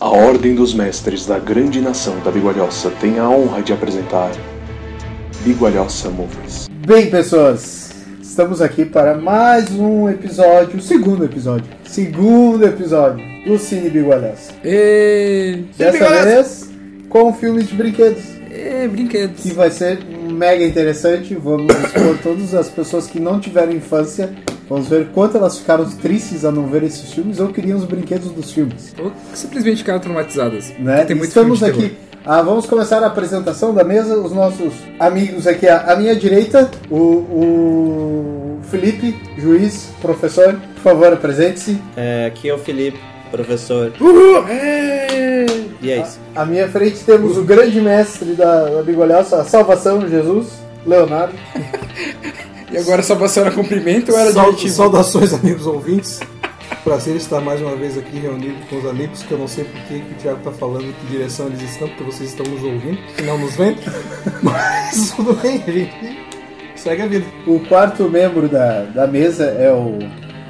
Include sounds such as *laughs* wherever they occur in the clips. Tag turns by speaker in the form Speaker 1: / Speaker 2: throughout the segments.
Speaker 1: A Ordem dos Mestres da Grande Nação da Bigualhoça tem a honra de apresentar Bigualhoça Movies.
Speaker 2: Bem, pessoas, estamos aqui para mais um episódio, segundo episódio, segundo episódio do Cine Bigualhoça.
Speaker 3: Ê,
Speaker 2: Dessa vez, com filmes de brinquedos,
Speaker 3: ê, é brinquedos.
Speaker 2: que vai ser mega interessante. Vamos expor todas as pessoas que não tiveram infância. Vamos ver quanto elas ficaram tristes a não ver esses filmes ou queriam os brinquedos dos filmes.
Speaker 3: Ou que simplesmente ficaram traumatizadas.
Speaker 2: né?
Speaker 3: Porque Tem muito
Speaker 2: Estamos
Speaker 3: filme de
Speaker 2: aqui. Ah, vamos começar a apresentação da mesa. Os nossos amigos aqui, à à minha direita, o, o Felipe, juiz, professor. Por favor, apresente-se.
Speaker 4: Aqui é o Felipe, professor.
Speaker 3: terror. Ê!
Speaker 4: E é isso.
Speaker 2: À minha frente temos o grande mestre da, da Bigolhoça, a salvação, Jesus, Leonardo.
Speaker 3: E agora só passou era cumprimento ou era
Speaker 5: Sau-
Speaker 3: adjetivo?
Speaker 5: Saudações, amigos ouvintes. Prazer estar mais uma vez aqui reunido com os amigos, que eu não sei por que que o Thiago está falando, em que direção eles estão, porque vocês estão nos ouvindo e não nos vendo. *laughs* Mas tudo bem, a gente segue a vida.
Speaker 2: O quarto membro da, da mesa é o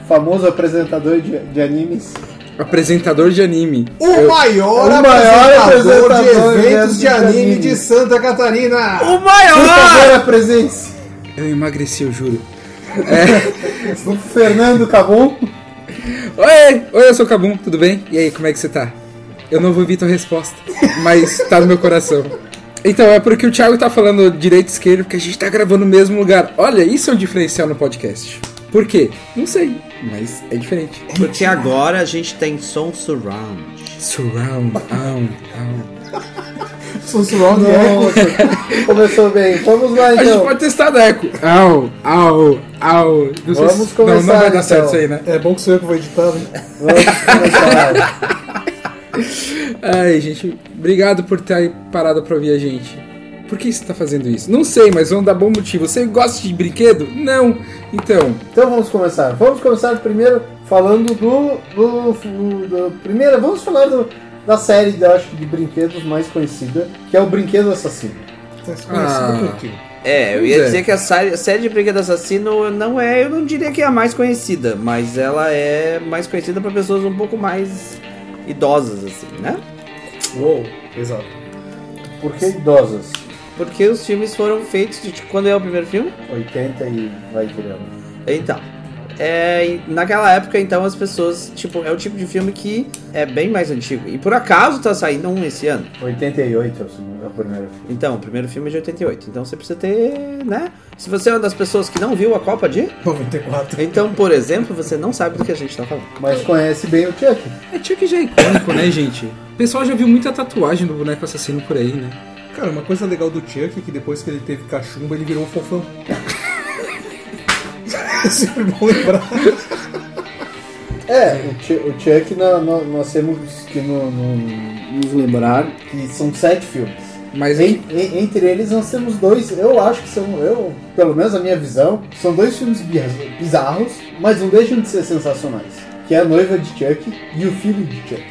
Speaker 2: famoso apresentador de, de animes.
Speaker 3: Apresentador de anime.
Speaker 5: O maior,
Speaker 2: O maior apresentador de apresentador de eventos de anime anime. de
Speaker 5: Santa Catarina!
Speaker 3: O
Speaker 2: Por
Speaker 3: maior!
Speaker 2: favor, apresente-se.
Speaker 3: Eu emagreci, eu juro.
Speaker 2: O Fernando Cabum.
Speaker 3: Oi, oi, eu sou o Cabum, tudo bem? E aí, como é que você tá? Eu não vou ouvir tua resposta, mas tá no meu coração. Então, é porque o Thiago tá falando direito e esquerdo, porque a gente tá gravando no mesmo lugar. Olha, isso é um diferencial no podcast. Por quê? Não sei, mas é diferente.
Speaker 4: Porque agora a gente tem som surround.
Speaker 3: Surround, down, down.
Speaker 2: Não, é Começou bem. Vamos lá,
Speaker 3: A gente
Speaker 2: então.
Speaker 3: pode testar da Eco. Au, au, au. Não sei
Speaker 2: Vamos
Speaker 3: se...
Speaker 2: começar,
Speaker 3: Não, não vai dar
Speaker 2: então.
Speaker 3: certo isso aí, né?
Speaker 5: É bom que sou eu que vou editar, né?
Speaker 2: Vamos começar.
Speaker 3: Ai, gente, obrigado por ter aí parado pra ouvir a gente. Por que você tá fazendo isso? Não sei, mas vamos dar bom motivo. Você gosta de brinquedo? Não. Então,
Speaker 2: Então vamos começar. Vamos começar primeiro falando do. do, do- do- primeiro, vamos falar do- da série, de, acho que, de brinquedos mais conhecida, que é o Brinquedo Assassino.
Speaker 5: Tá se conhecido
Speaker 3: Ah.
Speaker 5: por quê?
Speaker 4: É, eu
Speaker 3: Pois
Speaker 4: ia
Speaker 3: é.
Speaker 4: dizer que a série, a série de Brinquedo Assassino não é, eu não diria que é a mais conhecida, mas ela é mais conhecida pra pessoas um pouco mais idosas, assim, né?
Speaker 5: Uou, exato.
Speaker 2: Por que idosas?
Speaker 4: Porque os filmes foram feitos de tipo, quando é o primeiro filme?
Speaker 2: 80 e vai virando.
Speaker 4: Então. É, e naquela época, então, as pessoas, tipo, é o tipo de filme que é bem mais antigo. E por acaso tá saindo um esse ano.
Speaker 2: 88 é o, segundo, é o primeiro filme.
Speaker 4: Então, o primeiro filme é de 88. Então você precisa ter, né? Se você é uma das pessoas que não viu a Copa de,
Speaker 5: 94.
Speaker 4: então, por exemplo, você não sabe do que a gente tá falando.
Speaker 2: Mas conhece bem o Chuck.
Speaker 3: é tio que já é icônico, né, gente? O pessoal já viu muita tatuagem do boneco assassino por aí, né?
Speaker 5: Cara, uma coisa legal do Chuck é que depois que ele teve cachumba, ele virou um fofão. *laughs* é sempre bom lembrar.
Speaker 2: É, o, Chu- o Chuck nó- nó- nós temos que no- no- nos lembrar que são sete filmes.
Speaker 3: Mas
Speaker 2: Em- em- entre eles nós temos dois, eu acho que são, eu, pelo menos a minha visão, são dois filmes bi- bizarros, mas não deixam de ser sensacionais. Que é a noiva de Chuck e o filho de Chuck.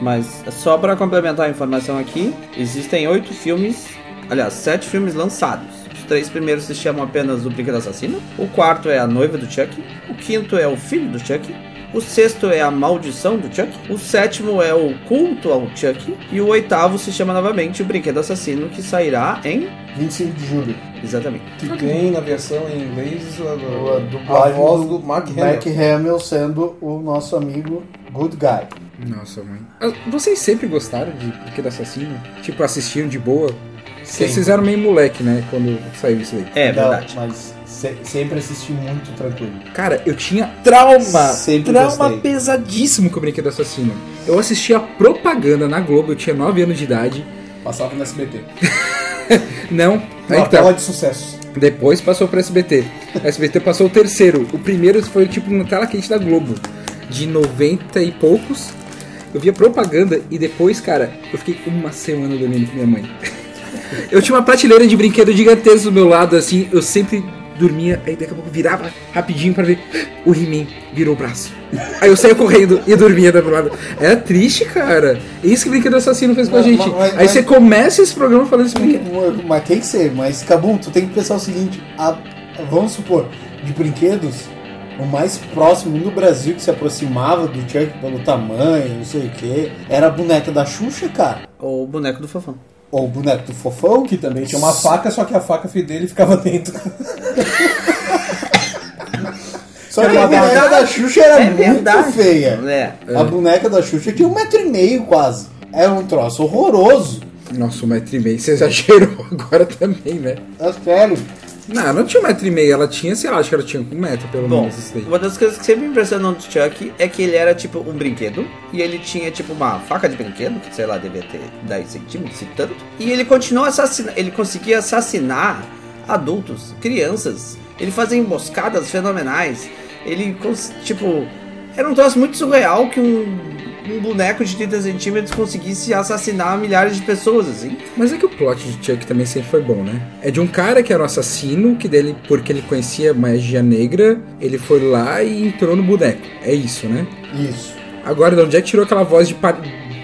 Speaker 4: Mas só pra complementar a informação aqui, existem oito filmes, aliás, sete filmes lançados. Os três primeiros se chamam apenas O Brinquedo Assassino, o quarto é A Noiva do Chuck, o quinto é O Filho do Chuck, o sexto é A Maldição do Chuck, o sétimo é O Culto ao Chuck e o oitavo se chama novamente O Brinquedo Assassino, que sairá em...
Speaker 2: 25 de julho.
Speaker 4: Exatamente.
Speaker 5: Que tem na versão em inglês a,
Speaker 2: A
Speaker 5: a
Speaker 2: dublagem
Speaker 5: voz do Mark Hamill.
Speaker 2: Mark Hamill sendo o nosso amigo Good Guy.
Speaker 3: Nossa, mãe. Ah, Vocês sempre gostaram de Brinquedo Assassino? Tipo, assistiam de boa?
Speaker 5: Sim.
Speaker 3: Vocês fizeram meio moleque, né? Quando saiu isso aí.
Speaker 4: É
Speaker 2: Não,
Speaker 4: verdade.
Speaker 2: Então, Mas se- sempre assisti muito tranquilo.
Speaker 3: Cara, eu tinha trauma,
Speaker 2: Sempre
Speaker 3: trauma
Speaker 2: gostei.
Speaker 3: pesadíssimo com o Brinquedo Assassino. Eu assistia propaganda na Globo, eu tinha 9 anos de idade.
Speaker 5: Passava no SBT.
Speaker 3: Não, aí
Speaker 5: Uma
Speaker 3: que tá.
Speaker 5: tela de sucesso.
Speaker 3: Depois passou pro SBT. O SBT passou o terceiro. O primeiro foi tipo na tela quente da Globo, de 90 e poucos. Eu via propaganda e depois, cara, eu fiquei uma semana dormindo com minha mãe. Eu tinha uma prateleira de brinquedo gigantesco do meu lado, assim, eu sempre dormia, aí daqui a pouco virava rapidinho pra ver. O He-Man virou o braço. Aí eu saía correndo e dormia do outro lado. Era triste, cara. É Isso que o brinquedo assassino fez com a
Speaker 2: Mas-
Speaker 3: gente.
Speaker 2: mas-
Speaker 3: Aí
Speaker 2: mas-
Speaker 3: você começa esse programa falando esse brinquedo.
Speaker 2: Mas quem sei, mas Cabum, tu tem que pensar o seguinte: a- vamos supor, de brinquedos, O mais próximo no Brasil que se aproximava do Chuck pelo tamanho, não sei o que, era a boneca da Xuxa, cara.
Speaker 4: Ou o boneco do Fofão.
Speaker 2: Ou o boneco do Fofão.
Speaker 5: Que também tinha uma faca, só que a faca dele ficava dentro.
Speaker 2: Só que a
Speaker 4: É
Speaker 2: boneca
Speaker 4: verdade.
Speaker 2: da Xuxa era
Speaker 4: É
Speaker 2: muito
Speaker 4: verdade.
Speaker 2: feia.
Speaker 4: É.
Speaker 2: A boneca da Xuxa tinha um metro e meio quase. Era um troço horroroso.
Speaker 3: Nossa, um metro e meio, você *laughs* exagerou agora também, né?
Speaker 2: É sério.
Speaker 3: Não, não tinha um metro e meio, ela tinha, sei lá, acho que ela tinha um metro, pelo
Speaker 4: Bom,
Speaker 3: menos, isso daí.
Speaker 4: uma das coisas que sempre me impressionou do Chuck é que ele era tipo um brinquedo e ele tinha tipo uma faca de brinquedo, que sei lá, devia ter 10 centímetros e tanto. E ele continuou assassinando, ele conseguia assassinar adultos, crianças, ele fazia emboscadas fenomenais, ele, cons- tipo, era um troço muito surreal que um, um boneco de 30 centímetros conseguisse assassinar milhares de pessoas, assim.
Speaker 3: Mas é que o plot de Chuck também sempre foi bom, né? É de um cara que era um assassino, que dele, porque ele conhecia magia negra, ele foi lá e entrou no boneco. É isso, né?
Speaker 2: Isso.
Speaker 3: Agora, de onde é que tirou aquela voz de, pa-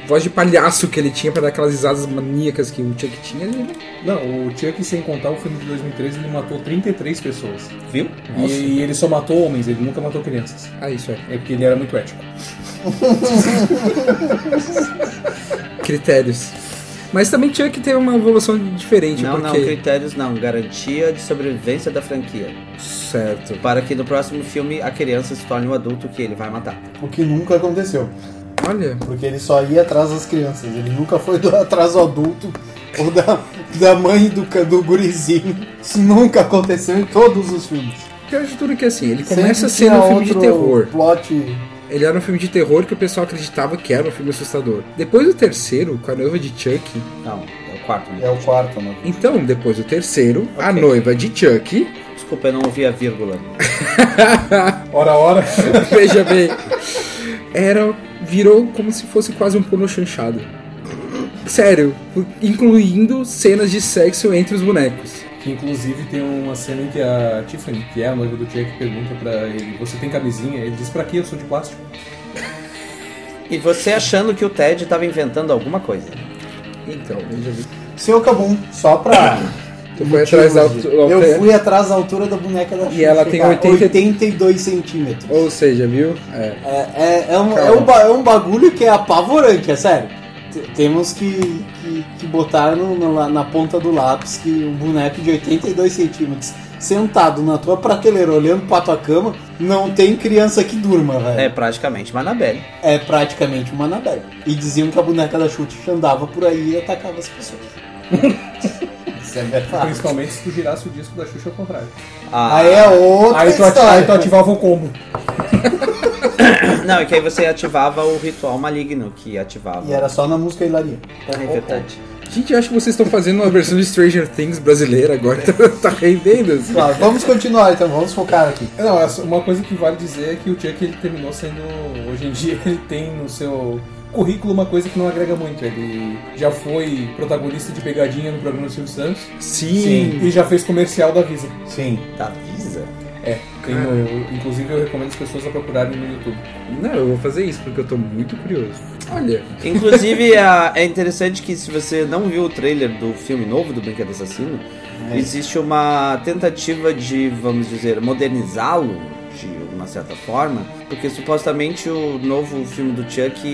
Speaker 3: voz de palhaço que ele tinha pra dar aquelas risadas maníacas que o Chuck tinha? né? Ele...
Speaker 5: Não, o Chuck, sem contar o filme de 2013, ele matou 33 pessoas.
Speaker 4: Viu?
Speaker 3: Nossa.
Speaker 5: E, e ele só matou homens, ele nunca matou crianças.
Speaker 3: Ah, isso é.
Speaker 5: É porque ele era muito ético.
Speaker 3: Critérios. Mas também Chuck teve uma evolução diferente,
Speaker 4: Não, não,
Speaker 3: porque...
Speaker 4: critérios não, garantia de sobrevivência da franquia.
Speaker 3: Certo.
Speaker 4: Para que no próximo filme a criança se torne um adulto que ele vai matar.
Speaker 2: O que nunca aconteceu.
Speaker 3: Olha,
Speaker 2: Porque ele só ia atrás das crianças. Ele nunca foi do, atrás do adulto ou da, da mãe do, ca- do gurizinho. Isso nunca aconteceu em todos os filmes.
Speaker 3: pior de tudo que assim, ele começa
Speaker 2: Sempre
Speaker 3: sendo um
Speaker 2: tinha
Speaker 3: filme de
Speaker 2: outro
Speaker 3: terror.
Speaker 2: Plot
Speaker 3: Ele era um filme de terror que o pessoal acreditava que era um filme assustador. Depois do terceiro, com a noiva de Chuck.
Speaker 4: Não, é o quarto. Né?
Speaker 2: é o quarto, né?
Speaker 3: Então, depois do terceiro, a noiva de Chuck. *laughs*
Speaker 4: Desculpa, eu não ouvi a vírgula.
Speaker 5: Ora, ora.
Speaker 3: veja bem. Era. Virou como se fosse quase um porno chanchado. Sério, incluindo cenas de sexo entre os bonecos.
Speaker 5: Que inclusive tem uma cena em que a Tiffany, que é a noiva do Chuck, pergunta pra ele: Você tem camisinha? Ele diz: Pra quê? Eu sou de plástico.
Speaker 4: E você achando que o Ted estava inventando alguma coisa.
Speaker 3: Então, veja bem.
Speaker 2: Seu Cabum, só pra.
Speaker 3: *coughs* Tu foi atrás da
Speaker 2: motivos de-
Speaker 3: altura-
Speaker 2: Eu fui atrás da altura da boneca da Xuxa.
Speaker 3: ela tem
Speaker 2: cara,
Speaker 3: 80
Speaker 2: 82 centímetros.
Speaker 3: Ou seja, viu? É.
Speaker 2: É, é, é um,
Speaker 3: Cara.
Speaker 2: é um ba- é um bagulho que é apavorante, é sério. T- Temos que, que, que botar no- no lá- na ponta do lápis que um boneco de 82 centímetros sentado na tua prateleira olhando pra tua cama, não tem criança que durma,
Speaker 4: É
Speaker 2: velho.
Speaker 4: praticamente Manabelle.
Speaker 2: É. praticamente uma Anabelle. E diziam que a boneca da Xuxa andava por aí e atacava as pessoas. *laughs* Isso é verdade.
Speaker 5: Principalmente se tu girasse o disco da Xuxa ao contrário.
Speaker 4: Ah,
Speaker 2: Aí é outra
Speaker 5: Aí tu, ati-
Speaker 2: história.
Speaker 5: aí tu ativava o combo.
Speaker 4: Não, é que aí você ativava o ritual maligno que ativava.
Speaker 2: E era só na música hilaria.
Speaker 4: É verdade.
Speaker 3: Gente, eu acho que vocês estão fazendo uma versão de Stranger Things brasileira agora. *laughs* Tá, tá rendendo. assim.
Speaker 2: Claro, vamos continuar então, vamos focar aqui.
Speaker 5: Não, é só- uma coisa que vale dizer é que o Chuck ele terminou sendo. Hoje em dia *laughs* ele tem no seu currículo uma coisa que não agrega muito. Ele já foi protagonista de pegadinha no programa do Silvio Santos
Speaker 3: Sim.
Speaker 5: e já fez comercial da Visa.
Speaker 2: Sim.
Speaker 4: Da Visa?
Speaker 5: Tem no- inclusive eu recomendo as pessoas a procurarem no YouTube.
Speaker 3: Não, eu vou fazer isso porque eu tô muito curioso. Olha,
Speaker 4: Inclusive, a- é interessante que se você não viu o trailer do filme novo do Brinquedo Assassino,
Speaker 2: É.
Speaker 4: existe uma tentativa de, vamos dizer, modernizá-lo de uma certa forma, porque supostamente o novo filme do Chuck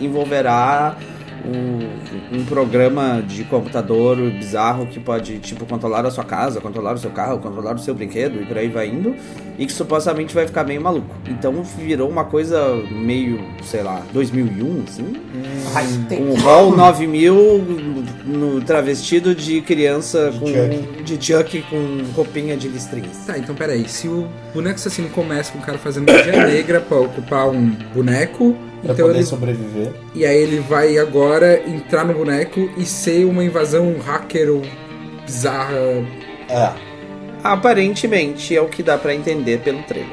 Speaker 4: envolverá o- um programa de computador bizarro que pode, tipo, controlar a sua casa, controlar o seu carro, controlar o seu brinquedo e por aí vai indo, e que supostamente vai ficar meio maluco. Então virou uma coisa meio, sei lá, 2001, assim, um Hall 9000 no travestido de criança
Speaker 2: De
Speaker 4: com,
Speaker 2: Chuck.
Speaker 4: de Chuck com roupinha de listrinhas.
Speaker 3: Tá, então peraí. Se o boneco assassino começa com o cara fazendo
Speaker 2: *coughs*
Speaker 3: magia negra pra ocupar um boneco,
Speaker 2: Pra
Speaker 3: então
Speaker 2: poder
Speaker 3: ele,
Speaker 2: sobreviver.
Speaker 3: e aí ele vai agora entrar no boneco e ser uma invasão um hacker ou bizarra.
Speaker 2: É.
Speaker 4: Aparentemente é o que dá pra entender pelo trailer.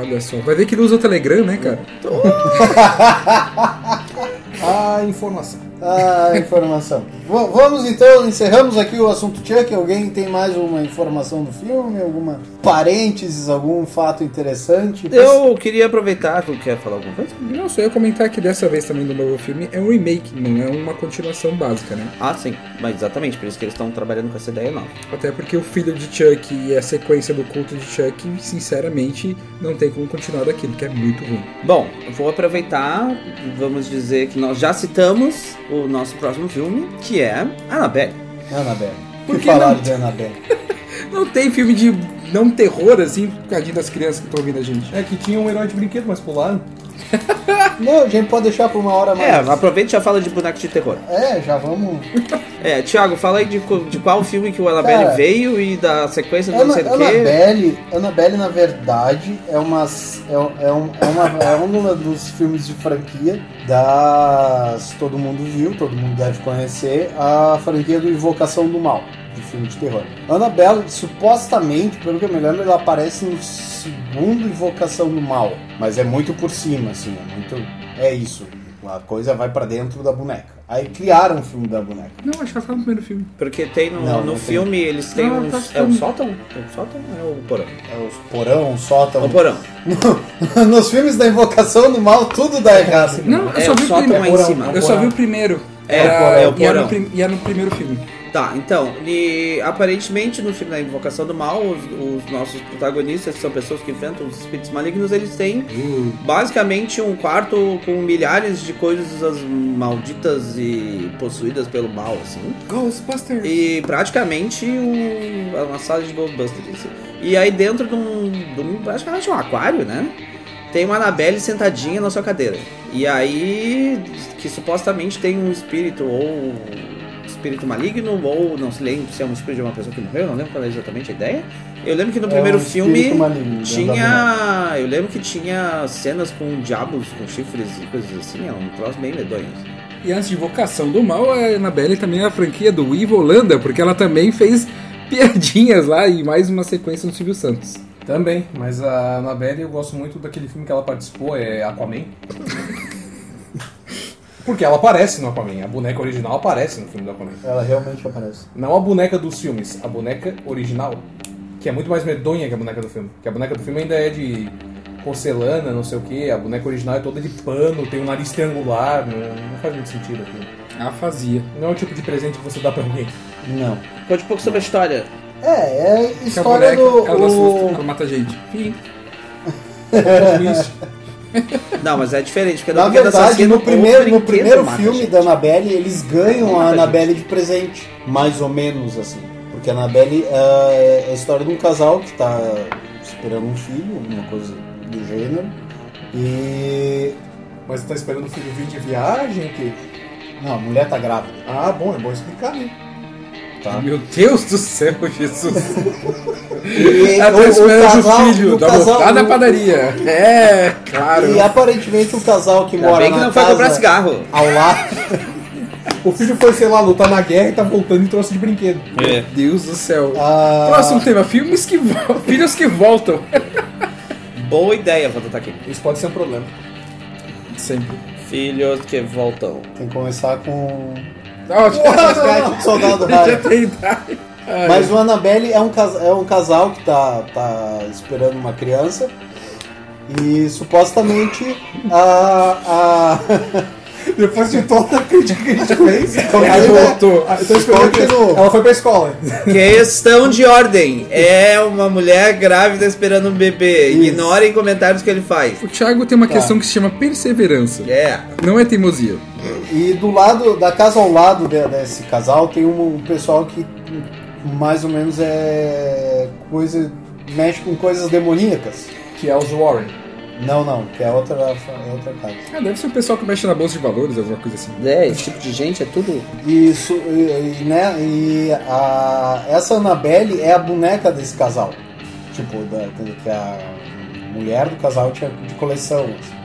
Speaker 3: Olha só. Vai ver que ele usa o Telegram, né, cara?
Speaker 5: A informação.
Speaker 2: Ah, informação. V- vamos então, encerramos aqui o assunto Chuck. Alguém tem mais uma informação do filme? Alguma parênteses, algum fato interessante?
Speaker 4: Eu queria aproveitar, tu quer falar alguma coisa?
Speaker 3: Não, só eu comentar que dessa vez também do novo filme é um remake, não é uma continuação básica, né?
Speaker 4: Ah, sim, mas exatamente, por isso que eles estão trabalhando com essa ideia nova.
Speaker 3: Até porque o filho de Chuck e a sequência do culto de Chuck, sinceramente, não tem como continuar daquilo, que é muito ruim.
Speaker 4: Bom, eu vou aproveitar, vamos dizer que nós já citamos o nosso próximo filme, que é Annabelle.
Speaker 2: Annabelle. Por
Speaker 3: Por que
Speaker 2: que falaram de Annabelle?
Speaker 3: Não tem filme de não terror, assim, por causa das crianças que estão ouvindo a gente.
Speaker 5: É que tinha um herói de brinquedo, mas pularam.
Speaker 2: Não, a gente pode deixar por uma hora mais.
Speaker 4: É, aproveita e já fala de boneco de terror.
Speaker 2: É, já vamos.
Speaker 4: É, Thiago, fala aí de, co- de qual filme que o Annabelle
Speaker 2: Cara,
Speaker 4: veio e da sequência do não
Speaker 2: Ana,
Speaker 4: sei do quê.
Speaker 2: Annabelle, Annabelle, na verdade, é, umas, é, é um, é, uma, é um dos filmes de franquia das. Todo mundo viu, todo mundo deve conhecer, a franquia do Invocação do Mal, de filme de terror. Annabelle, supostamente, pelo que eu me lembro, ela aparece no segundo Invocação do Mal, mas é muito por cima, assim, é muito. É isso. A coisa vai pra dentro da boneca. Aí criaram o filme da boneca.
Speaker 3: Não, acho que ela tá no primeiro filme.
Speaker 4: Porque tem no,
Speaker 2: Não,
Speaker 4: no
Speaker 2: não tem.
Speaker 4: filme, eles têm
Speaker 3: Não, tá
Speaker 4: uns.
Speaker 3: sim.
Speaker 4: É o sótão? É o sótão? É o porão. É
Speaker 2: É os porão, sótão.
Speaker 4: O porão.
Speaker 2: *laughs* Nos filmes da invocação do mal, tudo dá errado.
Speaker 3: Não, eu
Speaker 4: É,
Speaker 3: só
Speaker 4: o
Speaker 3: vi o
Speaker 4: sótão é
Speaker 3: primeiro.
Speaker 4: em cima.
Speaker 3: Eu só vi o primeiro.
Speaker 4: É,
Speaker 3: Era-
Speaker 4: é o
Speaker 3: e era
Speaker 4: porão.
Speaker 3: no prim- E era no primeiro filme.
Speaker 4: Tá, então, e aparentemente no filme da Invocação do Mal, os, os nossos protagonistas, que são pessoas que enfrentam os espíritos malignos, eles têm
Speaker 2: Hum,
Speaker 4: basicamente um quarto com milhares de coisas malditas e possuídas pelo mal, assim.
Speaker 3: Ghostbusters.
Speaker 4: E praticamente um, uma sala de Ghostbusters. assim. E aí dentro de um, de um- praticamente um aquário, né? Tem uma Annabelle sentadinha na sua cadeira. E aí que supostamente tem um espírito ou um espírito maligno ou não se lembro se é um espírito de uma pessoa que morreu, não lembro qual é exatamente a ideia. Eu lembro que no primeiro
Speaker 2: É um
Speaker 4: filme
Speaker 2: espírito maligno dentro da
Speaker 4: tinha, eu lembro que tinha cenas com diabos, com chifres e coisas assim, é um troço bem medonho. assim.
Speaker 3: E antes de Vocação do Mal, a Annabelle também é a franquia do Ivo Holanda, porque ela também fez *laughs* piadinhas lá e mais uma sequência do Silvio Santos.
Speaker 5: Também, mas a Annabelle eu gosto muito daquele filme que ela participou, é Aquaman. Porque ela aparece no Aquaman, a boneca original aparece no filme do Aquaman.
Speaker 2: Ela realmente aparece.
Speaker 5: Não a boneca dos filmes, a boneca original. Que é muito mais medonha que a boneca do filme. Que a boneca do filme ainda é de porcelana, não sei o que. A boneca original é toda de pano, tem um nariz triangular. Não, não faz muito sentido aquilo.
Speaker 3: Ah, fazia.
Speaker 5: Não é o tipo de presente que você dá pra alguém.
Speaker 2: Não.
Speaker 4: Conte um pouco sobre a história.
Speaker 2: É, é
Speaker 3: Que a
Speaker 2: história
Speaker 3: boneca,
Speaker 2: do.
Speaker 3: Ela assusta, ela
Speaker 2: o-
Speaker 3: mata a gente. Fim.
Speaker 5: Twist.
Speaker 4: Não, mas é diferente, porque
Speaker 2: Na
Speaker 4: no Brinquedo
Speaker 2: verdade,
Speaker 4: Assassino,
Speaker 2: no
Speaker 4: o
Speaker 2: primeiro, no
Speaker 4: brinquedo
Speaker 2: primeiro
Speaker 4: mata a
Speaker 2: filme
Speaker 4: gente.
Speaker 2: da Annabelle, eles ganham
Speaker 4: Mata
Speaker 2: a
Speaker 4: a gente.
Speaker 2: Annabelle de presente. Mais ou menos assim. Porque a Annabelle ah, é a história de um casal que tá esperando um filho, alguma coisa do gênero. E.
Speaker 5: Mas tá esperando o filho vir de viagem? Que...
Speaker 2: Não, a mulher tá grávida.
Speaker 5: Ah, bom, é bom explicar, né?
Speaker 2: Tá.
Speaker 3: Meu Deus do céu, Jesus.
Speaker 2: E
Speaker 3: Ela tá esperando o
Speaker 2: o
Speaker 3: filho tá da
Speaker 2: casal-
Speaker 3: botada da padaria. É, claro.
Speaker 2: E aparentemente o casal que
Speaker 4: Ainda
Speaker 2: mora
Speaker 4: bem que
Speaker 2: na
Speaker 4: não foi comprar
Speaker 2: casa
Speaker 4: cigarro.
Speaker 2: ao lado.
Speaker 5: O filho foi, sei lá, lutar na guerra e tá voltando e trouxe de brinquedo.
Speaker 3: Meu Deus do céu.
Speaker 2: ah,
Speaker 3: Próximo tema, filmes que vol- *laughs* filhos que voltam.
Speaker 4: Boa ideia, vou botar aqui.
Speaker 5: Isso pode ser um problema.
Speaker 3: Sempre.
Speaker 4: Filhos que voltam.
Speaker 2: Tem que começar com. um
Speaker 3: Ótimo.
Speaker 2: Soldado
Speaker 3: *laughs* Já
Speaker 2: Ryan.
Speaker 3: tem idade.
Speaker 2: Mas o Annabelle é um, cas- é um casal que tá, tá esperando uma criança. E supostamente a.
Speaker 5: Depois de toda a crítica que a gente
Speaker 2: *laughs*
Speaker 5: fez,
Speaker 2: é?
Speaker 3: Aí voltou.
Speaker 5: eu tô esperando que
Speaker 2: Continua.
Speaker 5: ela foi pra escola.
Speaker 4: Questão de ordem. É uma mulher grávida esperando um bebê.
Speaker 2: Isso.
Speaker 4: Ignorem comentários que ele faz.
Speaker 3: O Thiago tem uma
Speaker 2: Tá.
Speaker 3: questão que se chama perseverança.
Speaker 4: É.
Speaker 3: Não é teimosia.
Speaker 2: a- e do lado, da casa ao lado de- desse casal, tem um, um pessoal que mais ou menos é. coisa. mexe com coisas demoníacas.
Speaker 5: Que é os Warren.
Speaker 2: Não, não, que é outra, é outra casa.
Speaker 3: Ah, deve ser o pessoal que mexe na bolsa de valores, alguma coisa assim.
Speaker 4: É, esse tipo de gente é tudo.
Speaker 2: Isso, e, e, né? E a, essa Annabelle é a boneca desse casal. Tipo, da, que a mulher do casal tinha de coleção. assim.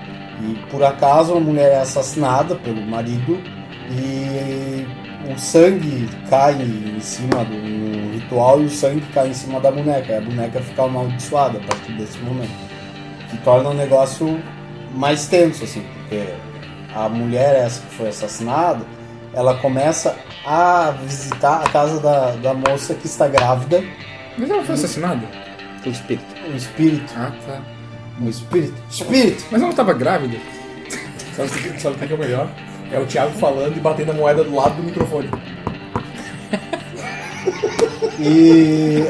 Speaker 2: E por acaso a mulher é assassinada pelo marido e o sangue cai em cima do no ritual e o sangue cai em cima da boneca. E a boneca fica amaldiçoada a partir desse momento. Que torna o negócio mais tenso, assim, porque a mulher essa que foi assassinada, ela começa a visitar a casa da, da moça que está grávida,
Speaker 3: Mas ela foi assassinada?
Speaker 4: O espírito.
Speaker 2: um espírito,
Speaker 3: Ah, tá.
Speaker 2: um espírito, espírito!
Speaker 3: Mas ela não tava grávida?
Speaker 6: Sabe o que- sabe o que que é o melhor? É o Thiago falando e batendo a moeda do lado do microfone.
Speaker 2: E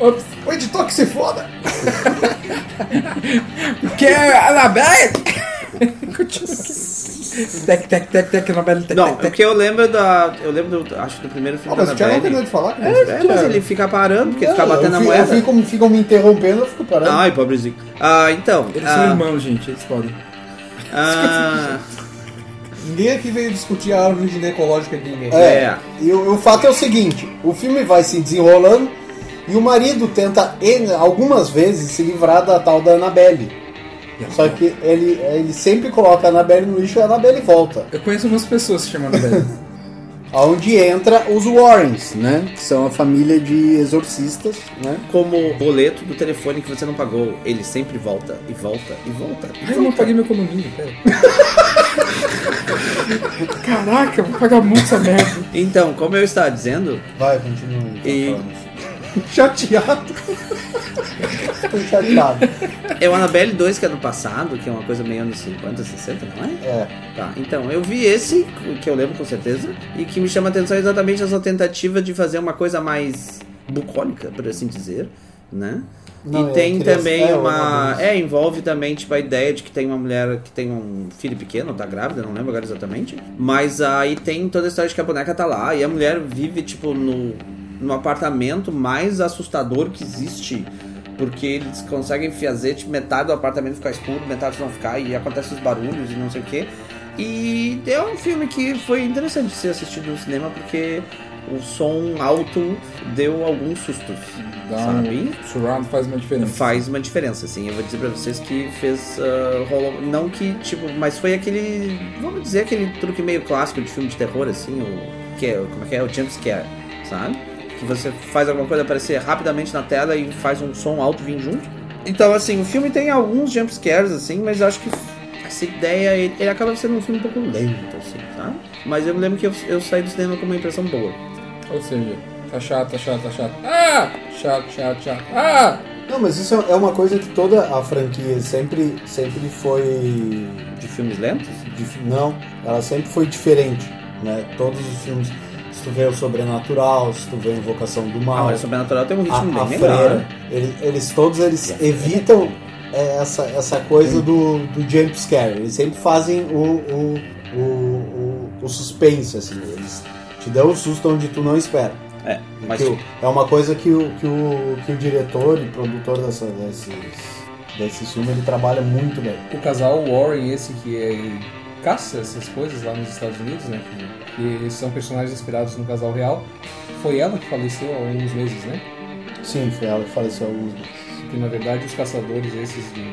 Speaker 3: Ops.
Speaker 6: O editor que se foda!
Speaker 3: Que é Anabelle? tec, tec, tec, tec, Anabelle, tec,
Speaker 4: Não,
Speaker 3: tec,
Speaker 4: o que eu lembro da. Eu lembro, do, acho que do primeiro filme
Speaker 5: Ah, mas
Speaker 4: da
Speaker 5: o Thiago não
Speaker 4: Annabelle.
Speaker 5: terminou de falar, cara.
Speaker 4: É, mas ele fica parando, porque fica
Speaker 5: Eu
Speaker 4: batendo a
Speaker 5: fico-
Speaker 4: moeda.
Speaker 5: Eu fico, ficam me interrompendo, eu fico parando.
Speaker 4: Ai, pobrezinho. Ah, então.
Speaker 3: Eles
Speaker 4: ah,
Speaker 3: são irmãos, gente, eles podem.
Speaker 4: ah,
Speaker 5: Ninguém aqui veio discutir a árvore ginecológica de ninguém.
Speaker 2: É.
Speaker 4: é.
Speaker 2: E o, o fato é o seguinte: o filme vai se desenrolando e o marido tenta N- algumas vezes se livrar da tal da Annabelle. Só que ele, ele sempre coloca a Annabelle no lixo e a Annabelle volta.
Speaker 3: Eu conheço algumas pessoas se chamando Anabelle.
Speaker 2: Onde entra os Warrens, né? Que são a família de exorcistas, né?
Speaker 4: Como o boleto do telefone que você não pagou, ele sempre volta e volta e volta.
Speaker 3: Ai, eu não paguei meu condomínio, pera. *laughs* Caraca, vou pagar muito essa merda.
Speaker 4: Então, como eu estava dizendo,
Speaker 2: Vai, continua. aí, tá
Speaker 4: E-
Speaker 2: falando. *laughs*
Speaker 5: Chateado.
Speaker 2: Tô chateado.
Speaker 4: é o Annabelle 2 que é do passado, que é uma coisa meio anos 50, 60, não é?
Speaker 2: É.
Speaker 4: Tá, então, eu vi esse, que eu lembro com certeza, e que me chama a atenção é exatamente essa tentativa de fazer uma coisa mais bucólica, por assim dizer, né?
Speaker 2: Não,
Speaker 4: e
Speaker 2: é
Speaker 4: tem
Speaker 2: criança-
Speaker 4: também
Speaker 2: é,
Speaker 4: uma.
Speaker 2: uma
Speaker 4: É, envolve também tipo, a ideia de que tem uma mulher que tem um filho pequeno, tá grávida, não lembro agora exatamente. Mas aí tem toda a história de que a boneca tá lá e a mulher vive, tipo, no, no apartamento mais assustador que existe. Porque eles conseguem fazer tipo, metade do apartamento ficar escuro, metade não ficar, e acontecem os barulhos e não sei o quê. E é um filme que foi interessante de ser assistido no cinema porque o som alto deu alguns sustos,
Speaker 3: Dá um-
Speaker 4: sabe?
Speaker 3: Surround faz uma diferença.
Speaker 4: faz uma diferença, assim. Eu vou dizer pra vocês que fez. ah, rolou, não que, tipo, mas foi aquele. Vamos dizer aquele truque meio clássico de filme de terror, assim, o. Que é, como é que é? O jumpscare, sabe? Que você faz alguma coisa aparecer rapidamente na tela e faz um som alto vindo junto. Então, assim, o filme tem alguns jumpscares, assim, mas eu acho que essa ideia. Ele, ele acaba sendo um filme um pouco lento, assim, sabe? Mas eu me lembro que eu, eu saí do cinema com uma impressão boa.
Speaker 3: Ou seja, tá chato, tá chato, tá chato. Ah! Chato, chato, chato. Ah!
Speaker 2: Não, mas isso é uma coisa que toda a franquia sempre, sempre foi
Speaker 4: De filmes lentos?
Speaker 2: dif- não, ela sempre foi diferente, né? Todos os filmes, se tu vê o Sobrenatural, se tu vê a Invocação do
Speaker 4: Ah,
Speaker 2: Mal,
Speaker 4: mas Sobrenatural tem um
Speaker 2: a,
Speaker 4: ritmo
Speaker 2: a
Speaker 4: bem melhor.
Speaker 2: Freira, eles, eles todos eles evitam é, essa, essa coisa do, do jump scare, eles sempre fazem o, o, o, o, o suspense, assim, eles te dão o susto onde tu não espera.
Speaker 4: É, mas
Speaker 2: Que o- é uma coisa que o, que o, que o diretor e produtor dessa, desses, desse filme ele trabalha muito bem.
Speaker 5: O casal Warren, esse que é, caça essas coisas lá nos Estados Unidos, né? Que, que eles são personagens inspirados no casal real. Foi ela que faleceu há alguns meses, né?
Speaker 2: Sim, foi ela que faleceu alguns dias.
Speaker 5: Porque na verdade os caçadores esses de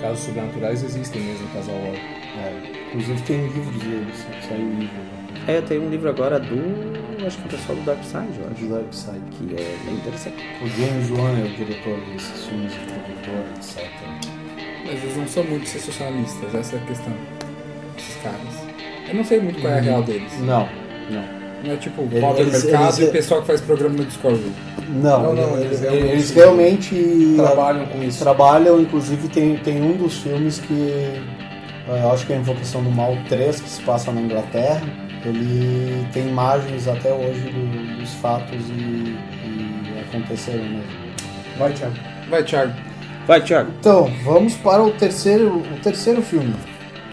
Speaker 5: casos sobrenaturais existem mesmo, no casal Warren.
Speaker 2: É, inclusive tem livros deles, saiu um livro né,
Speaker 4: É, tem um livro agora do. Acho que o pessoal do Dark Side, eu acho.
Speaker 2: de Dark Side.
Speaker 4: Que é bem interessante.
Speaker 2: O James Wan é o diretor desses filmes, o produtor, etc.
Speaker 3: Mas eles não são muito sensacionalistas, essa é a questão. Esses caras. Eu não sei muito qual é a real deles.
Speaker 2: Não,
Speaker 3: Não é tipo
Speaker 2: Eles-
Speaker 3: pobre
Speaker 2: eles-
Speaker 3: mercado
Speaker 2: eles-
Speaker 3: e o pessoal que faz programa no Discord.
Speaker 2: não,
Speaker 5: Não, é não,
Speaker 2: eles,
Speaker 5: eles
Speaker 2: eles- eles
Speaker 5: realmente
Speaker 2: realmente
Speaker 5: Trabalham com isso.
Speaker 2: trabalham, inclusive tem, tem um dos filmes que eh, eu acho que é a Invocação do Mal 3, que se passa na Inglaterra. Ele tem imagens até hoje do- dos fatos e, e aconteceram mesmo.
Speaker 5: Vai, Thiago.
Speaker 3: Vai, Thiago.
Speaker 4: Vai, Thiago.
Speaker 2: Então, vamos para o terceiro, o terceiro filme.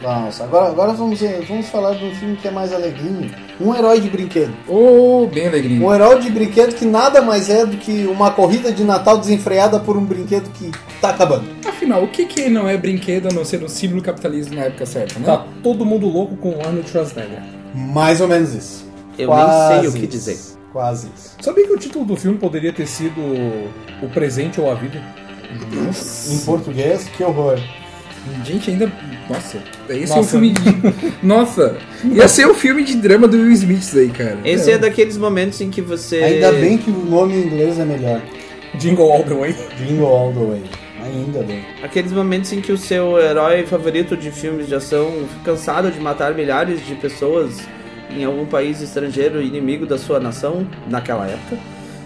Speaker 2: Nossa, agora, agora vamos, vamos falar de um filme que é mais alegrinho. Um herói de brinquedo.
Speaker 3: Ô, bem alegrinho.
Speaker 2: Um herói de brinquedo que nada mais é do que uma corrida de Natal desenfreada por um brinquedo que tá acabando.
Speaker 3: Afinal, o que, que não é brinquedo a não ser um símbolo do capitalismo na época certa, né?
Speaker 5: Tá todo mundo louco com o Arnold Schwarzenegger.
Speaker 2: Mais ou menos isso.
Speaker 4: Eu nem sei o que dizer.
Speaker 2: isso. Quase isso.
Speaker 5: Sabia que o título do filme poderia ter sido O Presente ou a Vida?
Speaker 2: Em português, que horror.
Speaker 3: Gente, ainda. Nossa, esse é um
Speaker 5: Nossa.
Speaker 3: filme
Speaker 5: *laughs*
Speaker 3: de. Nossa! Ia ser o filme de drama do Will Smith isso aí, cara.
Speaker 4: Esse é daqueles momentos em que você.
Speaker 2: Ainda bem que o nome em inglês é melhor.
Speaker 5: Jingle All the Way.
Speaker 2: Jingle All the Way. Ainda bem.
Speaker 4: Aqueles momentos em que o seu herói favorito de filmes de ação, cansado de matar milhares de pessoas em algum país estrangeiro, inimigo da sua nação, naquela época,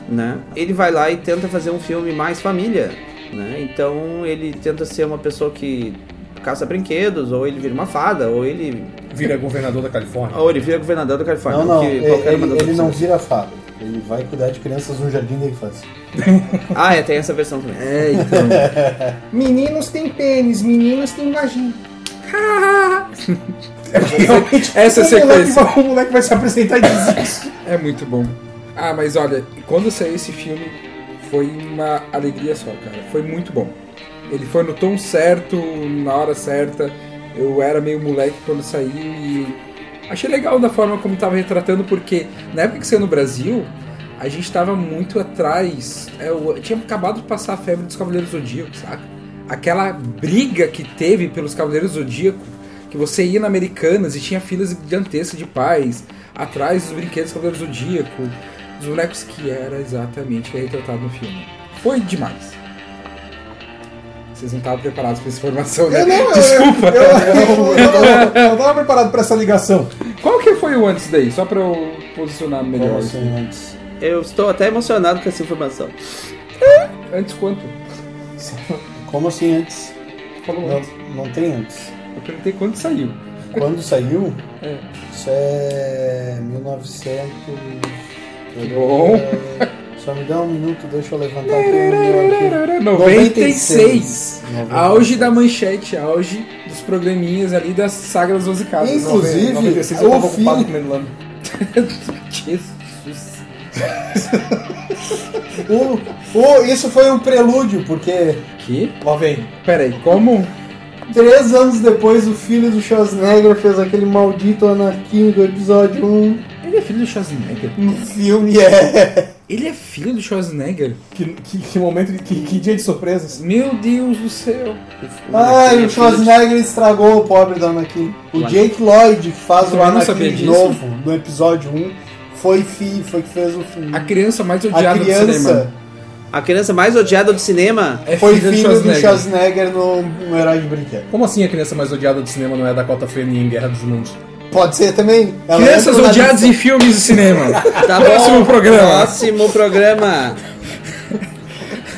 Speaker 4: né? Ele vai lá e tenta fazer um filme mais família, né? Então ele tenta ser uma pessoa que caça brinquedos, ou ele vira uma fada, ou ele,
Speaker 6: *laughs* Vira governador da Califórnia.
Speaker 4: ou ele vira governador é da Califórnia.
Speaker 2: não, não,
Speaker 4: que
Speaker 2: ele,
Speaker 4: qualquer uma
Speaker 2: ele-
Speaker 4: das
Speaker 2: ele não
Speaker 4: opções.
Speaker 2: vira fada. Ele vai cuidar de crianças no jardim da
Speaker 5: *laughs*
Speaker 2: infância.
Speaker 4: Ah, é, tem essa versão também.
Speaker 3: É, então.
Speaker 5: Meninos têm pênis, meninas têm vagina.
Speaker 3: Realmente, essa
Speaker 5: O moleque,
Speaker 3: sequência
Speaker 5: vai, o moleque vai se apresentar e dizer isso.
Speaker 3: é muito bom. Ah, mas olha, quando saiu esse filme, foi uma alegria só, cara. Foi muito bom. Ele foi no tom certo, na hora certa. Eu era meio moleque quando saiu e achei legal da forma como tava retratando, porque na época que saiu no Brasil, a gente tava muito atrás. É, Eu tinha acabado de passar a febre dos Cavaleiros do Zodíaco, saca? Aquela briga que teve pelos Cavaleiros do Zodíaco, que você ia na Americanas e tinha filas gigantescas de pais atrás dos brinquedos do Cavaleiros do Zodíaco, dos bonecos que era exatamente o que é retratado no filme. Foi demais. Vocês não estavam preparados para essa informação, né? Desculpa!
Speaker 5: Eu, eu, eu tava- eu tava preparado pra essa ligação.
Speaker 3: Qual que foi o antes daí? Só pra eu posicionar melhor.
Speaker 2: Como assim, antes?
Speaker 4: *laughs* Eu estou até emocionado com essa informação.
Speaker 3: Antes quanto?
Speaker 2: Como assim antes?
Speaker 3: Falou antes.
Speaker 2: Não, não tem antes.
Speaker 3: Eu perguntei quando saiu.
Speaker 2: Quando saiu,
Speaker 6: Hum.
Speaker 3: É.
Speaker 2: isso é 1900.
Speaker 3: Que bom.
Speaker 2: *laughs* Só me dá um minuto, deixa eu levantar aqui o meu aqui.
Speaker 3: 96.
Speaker 2: 96.
Speaker 3: Auge da manchete, auge dos programinhas ali das sagras das 12 casas.
Speaker 2: Inclusive,
Speaker 6: 96 eu tava
Speaker 2: o
Speaker 6: ocupado
Speaker 2: filho,
Speaker 6: comendo lama.
Speaker 3: *laughs* Jesus.
Speaker 2: o, o, isso foi um prelúdio, porque
Speaker 3: Que?
Speaker 6: Lá vem.
Speaker 3: Peraí, como?
Speaker 2: três anos depois o filho do Schwarzenegger fez aquele maldito Anakin do episódio 1
Speaker 3: Ele é filho do Schwarzenegger?
Speaker 2: no filme, é.
Speaker 3: Ele é filho do Schwarzenegger?
Speaker 6: Que, que- que momento, de- que, que dia de surpresas.
Speaker 3: Meu Deus do céu. é
Speaker 2: Ai, o Schwarzenegger estragou o pobre do Anakin. O
Speaker 4: Ué.
Speaker 2: Jake Lloyd, que faz
Speaker 3: Eu
Speaker 2: o
Speaker 3: não sabia
Speaker 2: Anakin de
Speaker 3: disso.
Speaker 2: novo no episódio 1, foi, fi, foi que fez o filme.
Speaker 3: A criança mais
Speaker 2: A
Speaker 3: odiada do
Speaker 2: criança
Speaker 3: cinema.
Speaker 4: A criança mais odiada do cinema
Speaker 3: É
Speaker 2: foi filho do Schwarzenegger no, no Herói de Brinquedo.
Speaker 6: Como assim a criança mais odiada do cinema não é a Dakota Fanning em Guerra dos Mundos?
Speaker 2: Pode ser também. Ela
Speaker 3: Crianças
Speaker 2: entra na
Speaker 3: odiadas
Speaker 2: lista.
Speaker 3: em filmes
Speaker 2: *laughs*
Speaker 3: do cinema.
Speaker 4: Tá
Speaker 3: Próximo
Speaker 4: bom,
Speaker 3: programa.
Speaker 4: Próximo programa.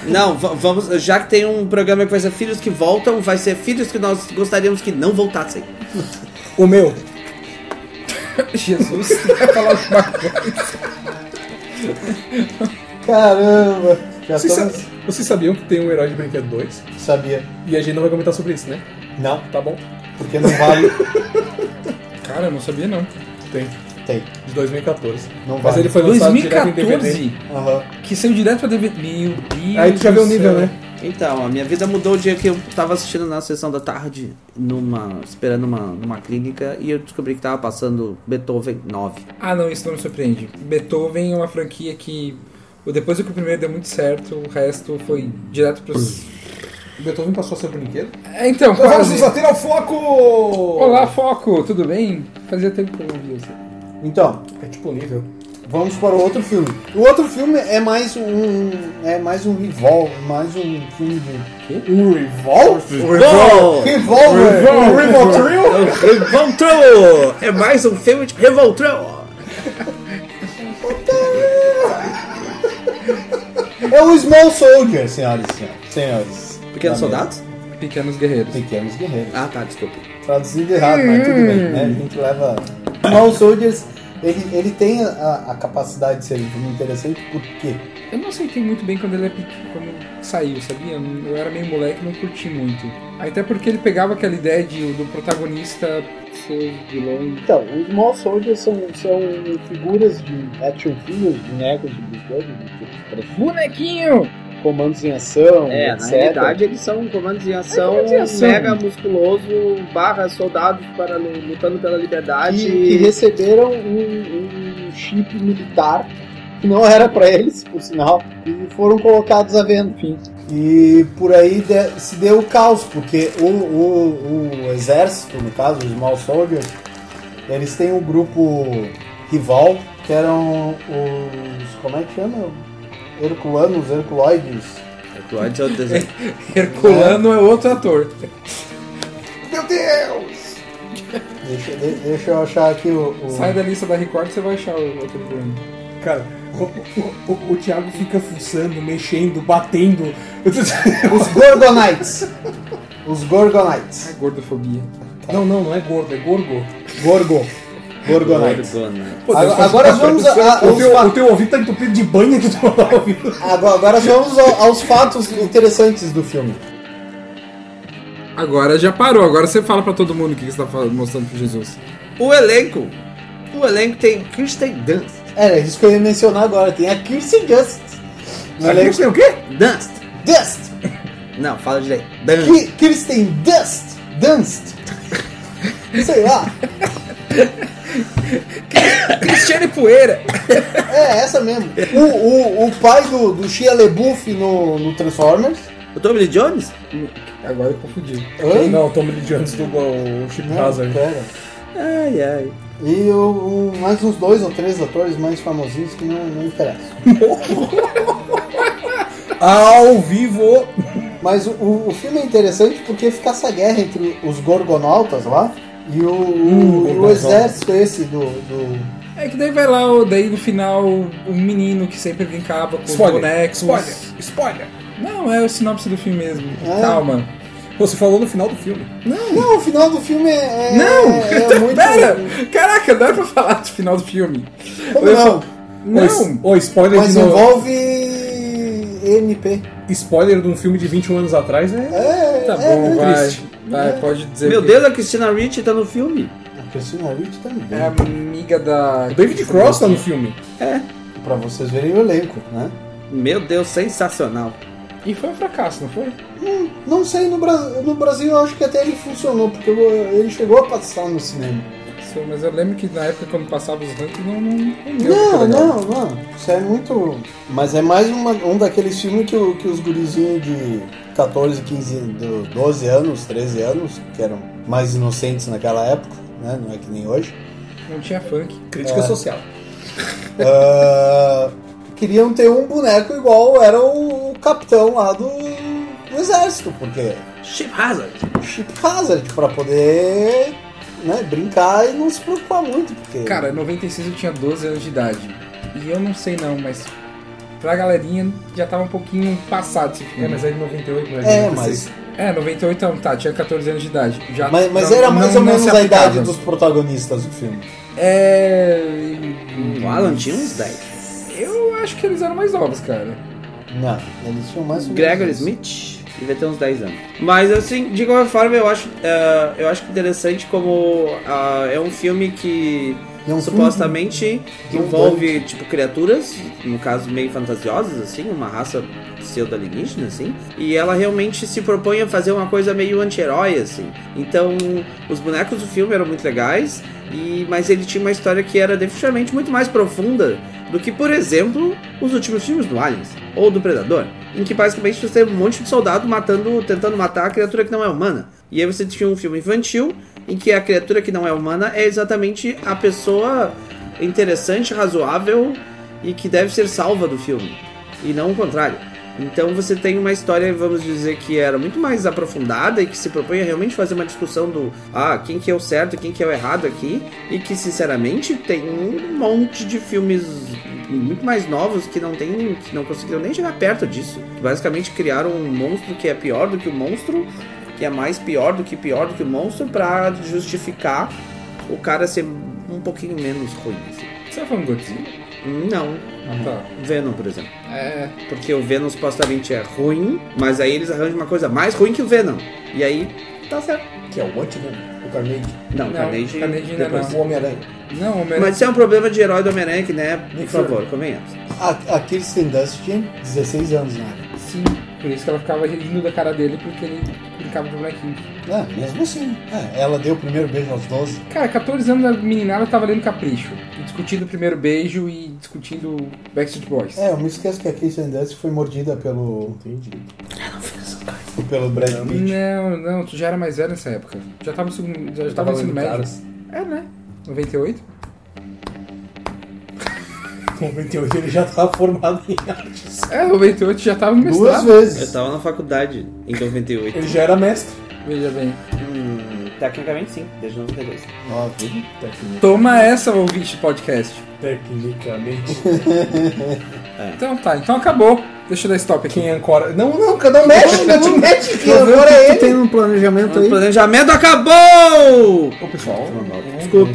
Speaker 4: Não, va- vamos. Já que tem um programa que vai ser filhos que voltam, vai ser filhos que nós gostaríamos que não voltassem.
Speaker 5: O meu.
Speaker 3: Jesus, *laughs* vai falar alguma coisa.
Speaker 2: Caramba. Já
Speaker 6: Vocês,
Speaker 2: todos
Speaker 6: sa- vocês sabiam que tem um herói de brinquedo 2?
Speaker 2: sabia.
Speaker 6: E a gente não vai comentar sobre isso, né?
Speaker 2: Não,
Speaker 6: Tá bom?
Speaker 2: porque não
Speaker 3: *laughs*
Speaker 2: vale.
Speaker 3: Cara, eu não sabia não.
Speaker 6: Tem.
Speaker 2: Tem.
Speaker 6: De 2014.
Speaker 2: Não
Speaker 6: Mas
Speaker 2: vale.
Speaker 6: ele foi lançado direto em DVD.
Speaker 3: 2014,
Speaker 2: Aham.
Speaker 3: que saiu direto pra DVD. Meu Deus
Speaker 6: Aí tu já
Speaker 3: do
Speaker 6: vê o nível,
Speaker 3: céu.
Speaker 6: né?
Speaker 4: Então, a minha vida mudou o dia que eu tava assistindo na sessão da tarde, numa. esperando uma, numa clínica, e eu descobri que tava passando Beethoven 9.
Speaker 3: Ah, não, isso não me surpreende. Beethoven é uma franquia que... Depois do que o primeiro deu muito certo, o resto foi direto pros...
Speaker 6: O Beethoven passou a ser brinquedo?
Speaker 3: É, então,
Speaker 6: Vamos
Speaker 3: quase.
Speaker 6: nos ater ao foco!
Speaker 3: Olá, Foco, tudo bem? Fazia tempo que eu não vi você.
Speaker 2: Então,
Speaker 6: É tipo nível.
Speaker 2: vamos para o outro filme. O outro filme é mais um. um- É mais um revolve, mais um filme de. Um revolve?
Speaker 4: Revolver!
Speaker 2: Revolver! Um *laughs* Revolver!
Speaker 4: Revoltrou! É mais um filme de Revoltrou!
Speaker 2: É o Small Soldier, senhoras e senhores. senhores.
Speaker 4: Pequenos soldados?
Speaker 3: Pequenos Guerreiros.
Speaker 2: Pequenos guerreiros.
Speaker 4: Ah tá, desculpa.
Speaker 2: Traduzido errado, mas tudo bem, né? A gente leva. Small Soldiers, ele, ele tem a, a capacidade de ser um filme interessante, por quê?
Speaker 3: Eu não aceitei muito bem quando ele é pequeno, quando saiu, sabia? Eu era meio moleque e não curti muito. Até porque ele pegava aquela ideia de, do protagonista ser vilão.
Speaker 2: Então, os Small Soldiers são, são figuras de action figures, bonecos de brinquedo, de
Speaker 3: Bonequinho!
Speaker 2: comandos em ação,
Speaker 4: É, na realidade eles são comandos de ação,
Speaker 3: comandos em ação.
Speaker 4: mega musculoso, barra soldados para, lutando pela liberdade.
Speaker 2: que, que receberam um, um chip militar que não era pra eles, por sinal, e foram colocados à venda.
Speaker 3: Enfim.
Speaker 2: E por aí de- se deu o caos, porque o, o- o exército, no caso, os Small Soldiers, eles têm um grupo rival, que eram os. como é que chama? Herculanos, Herculoides.
Speaker 4: Atuante é o desenho.
Speaker 3: Herculano é outro ator.
Speaker 5: Deixa, de- deixa eu achar aqui o. o-
Speaker 3: Sai da lista da Record você vai achar o outro Herculano.
Speaker 6: Cara, o, o- o- o Thiago fica fuçando, mexendo, batendo. *laughs*
Speaker 5: Os Gorgonites! Os Gorgonites.
Speaker 3: É gordofobia.
Speaker 6: Não, não, não é gordo, é gorgo.
Speaker 5: Gorgo. Gorgonites.
Speaker 4: Gorgona.
Speaker 6: Pô,
Speaker 5: Agora-
Speaker 6: Deus,
Speaker 5: agora
Speaker 6: cara,
Speaker 5: vamos
Speaker 6: o seu-
Speaker 5: a- a-
Speaker 6: o,
Speaker 5: aos
Speaker 6: teu,
Speaker 5: fatos.
Speaker 6: o teu ouvido tá entupido de banha que tu não tá ouvindo.
Speaker 5: Agora, agora vamos ao- aos fatos interessantes do filme.
Speaker 3: Agora já parou, agora você fala pra todo mundo o que que você tá falando, mostrando pro Jesus.
Speaker 4: O elenco. O elenco tem Kirsten Dunst.
Speaker 2: Era É, né, isso que eu ia mencionar agora. Tem a Kirsten Dust. No
Speaker 6: Aqui
Speaker 2: elenco.
Speaker 3: um
Speaker 6: tem o quê?
Speaker 4: Dunst.
Speaker 2: Dust!
Speaker 4: Não, fala direito. Dunst.
Speaker 2: Ki- Kirsten Dust! Dunst! Sei lá.
Speaker 3: Cristiane Poeira!
Speaker 2: É, essa mesmo. O, o, o pai do, do Shia LeBouf no, no Transformers.
Speaker 4: O Tommy Lee Jones?
Speaker 3: Agora eu confundi.
Speaker 2: Hã?
Speaker 6: Não, Tom Lee Jones do o Chip
Speaker 2: Não,
Speaker 6: Hazard.
Speaker 2: pera.
Speaker 4: Ai, ai.
Speaker 2: E o, o- mais uns dois ou três atores mais famosinhos que não, não interessam.
Speaker 6: Ao vivo!
Speaker 2: Mas o, o filme é interessante porque fica essa guerra entre os gorgonautas lá e o,
Speaker 3: Hum,
Speaker 2: o- o
Speaker 6: gorgonautas.
Speaker 2: exército esse do. do...
Speaker 3: É que daí vai lá, o- daí no final, o menino que sempre brincava com
Speaker 6: Spoiler,
Speaker 3: os bonecos.
Speaker 6: Spoiler! Ah. Spoiler!
Speaker 3: Não, é o sinopse do filme mesmo.
Speaker 2: É.
Speaker 3: Calma.
Speaker 6: Você falou no final do filme.
Speaker 2: Não, o final do filme é. é-
Speaker 3: Não!
Speaker 2: É,
Speaker 3: *laughs*
Speaker 2: muito.
Speaker 3: Pera! Caraca, não é pra falar do final do filme.
Speaker 2: Como
Speaker 3: Eu
Speaker 2: não?
Speaker 3: Não!
Speaker 6: Ô, spoiler
Speaker 2: Mas
Speaker 6: de novo.
Speaker 2: envolve. NP.
Speaker 6: Spoiler de um filme de 21 anos atrás é.
Speaker 2: É,
Speaker 3: Tá
Speaker 2: é,
Speaker 3: bom,
Speaker 2: né?
Speaker 3: vai.
Speaker 6: triste.
Speaker 3: Vai, pode dizer.
Speaker 4: Meu
Speaker 3: que-
Speaker 4: Deus, a Christina Ricci tá no filme.
Speaker 2: A Christina Ricci também.
Speaker 3: É amiga da.
Speaker 6: O David Cross tá no filme.
Speaker 2: Pra vocês verem o elenco, né?
Speaker 4: Meu Deus, sensacional.
Speaker 3: E foi um fracasso, não foi?
Speaker 2: Não sei, no, Bra- no Brasil eu acho que até ele funcionou, porque eu- ele chegou a passar no cinema.
Speaker 3: Sim, Mas eu lembro que na época quando passava os rankings não. Não, não, deu muito
Speaker 2: Não,
Speaker 3: legal.
Speaker 2: Ah, não, não. Isso é muito. Mas é mais uma- um daqueles filmes que, o- que os gurizinhos de 14, 15, do- 12 anos, 13 anos, que eram mais inocentes naquela época, né? Não é que nem
Speaker 3: *laughs*
Speaker 2: hoje.
Speaker 3: Não tinha funk.
Speaker 6: Crítica social.
Speaker 2: ah, queriam ter um boneco igual era o capitão lá do, do exército, porque
Speaker 4: Chip Hazard.
Speaker 2: Chip Hazard, pra poder né, brincar e não se preocupar muito, porque.
Speaker 3: Cara, em 96 eu tinha 12 anos de idade. E eu não sei não, mas pra galerinha já tava um pouquinho passado esse filme.
Speaker 6: É, mas é de 98, não é de
Speaker 2: é,
Speaker 6: 96.
Speaker 2: mas,
Speaker 3: É, 98 então, tá, tinha 14 anos de idade. Já
Speaker 2: mas, mas
Speaker 3: não-
Speaker 2: era mais
Speaker 3: não-
Speaker 2: ou
Speaker 3: não
Speaker 2: menos
Speaker 3: se
Speaker 2: a
Speaker 3: aplicava.
Speaker 2: idade dos protagonistas do filme.
Speaker 3: É.
Speaker 4: O Alan tinha uns 10.
Speaker 3: Eu acho que eles eram mais novos, cara.
Speaker 2: Não, eles tinham mais. ou menos
Speaker 4: Gregory
Speaker 2: isso.
Speaker 4: Smith devia ter uns 10 anos. Mas assim, de qualquer forma, eu acho, eh, eu acho interessante como ah, é um filme que
Speaker 2: E é um filme
Speaker 4: supostamente
Speaker 2: de um
Speaker 4: envolve tipo criaturas, no caso meio fantasiosas assim, uma raça pseudo alienígena assim, e ela realmente se propõe a fazer uma coisa meio anti-herói assim. Então, os bonecos do filme eram muito legais, e mas ele tinha uma história que era definitivamente muito mais profunda do que, por exemplo, os últimos filmes do Aliens ou do Predador, em que basicamente você tem um monte de soldado matando, tentando matar a criatura que não é humana. E aí você tinha um filme infantil em que a criatura que não é humana é exatamente a pessoa interessante, razoável e que deve ser salva do filme, e não o contrário. Então você tem uma história, vamos dizer, que era muito mais aprofundada e que se propõe a realmente fazer uma discussão do ah, quem que é o certo, quem que é o errado aqui, e que sinceramente tem um monte de filmes muito mais novos que não tem, que não conseguiram nem chegar perto disso. Basicamente criaram um monstro que é pior do que o monstro, que é mais pior do que pior do que o monstro pra justificar o cara ser um pouquinho menos ruim. assim.
Speaker 3: Você tá falando Godzilla?
Speaker 4: Não,
Speaker 3: Ah, tá.
Speaker 4: Venom, por exemplo.
Speaker 3: É.
Speaker 4: Porque o Venom supostamente é ruim, mas aí eles arranjam uma coisa mais ruim que o Venom. E aí, tá certo.
Speaker 6: Que é o Anti-Man,
Speaker 2: né?
Speaker 6: o Carnage,
Speaker 4: Não,
Speaker 3: Não,
Speaker 4: Carnage...
Speaker 3: Carnage
Speaker 2: É,
Speaker 3: ainda
Speaker 4: depois-
Speaker 3: não.
Speaker 6: o Homem-Aranha.
Speaker 3: Não, mas.
Speaker 4: Mas isso é um problema de herói do Homem-Aranha, que, né? Por
Speaker 6: Nick
Speaker 4: favor, convenhamos.
Speaker 2: A, a Kirsten Dunst tinha 16 anos, né?
Speaker 3: Sim. Por isso que ela ficava rindo da cara dele porque ele brincava com o bonequinho.
Speaker 2: É, mesmo assim. É, ela deu o primeiro beijo aos 12.
Speaker 3: Cara, 14 anos a meninada tava lendo Capricho. E discutindo o primeiro beijo e discutindo Backstreet Boys.
Speaker 2: É, eu me esqueço que a Kirsten Dunst foi mordida pelo. Entendi. Pelo Brad Pitt.
Speaker 3: Não, não, tu já era mais velho nessa época. Já tava no segundo, já, já tava no ensino médio. É, né? 98?
Speaker 5: 98 ele já
Speaker 6: tá
Speaker 5: tava formado em artes.
Speaker 3: É, 98 já tava no
Speaker 2: Duas
Speaker 3: mestrado.
Speaker 4: Eu
Speaker 2: vezes.
Speaker 4: tava na faculdade em 98.
Speaker 5: Ele já era mestre.
Speaker 3: Veja bem.
Speaker 4: Hum, tecnicamente sim, desde 92.
Speaker 5: Tecni-
Speaker 3: Toma essa, ouvinte de podcast.
Speaker 5: Tecnicamente. É.
Speaker 3: Então tá, então acabou. Deixa eu dar stop aqui.
Speaker 5: Quem ancora. Não, não, cada um mexe, cada um mexe.
Speaker 2: Que agora é ele. tem
Speaker 3: um
Speaker 2: no planejamento
Speaker 4: O
Speaker 2: aí?
Speaker 4: Um planejamento acabou!
Speaker 5: Ô, pessoal,
Speaker 2: Desculpa.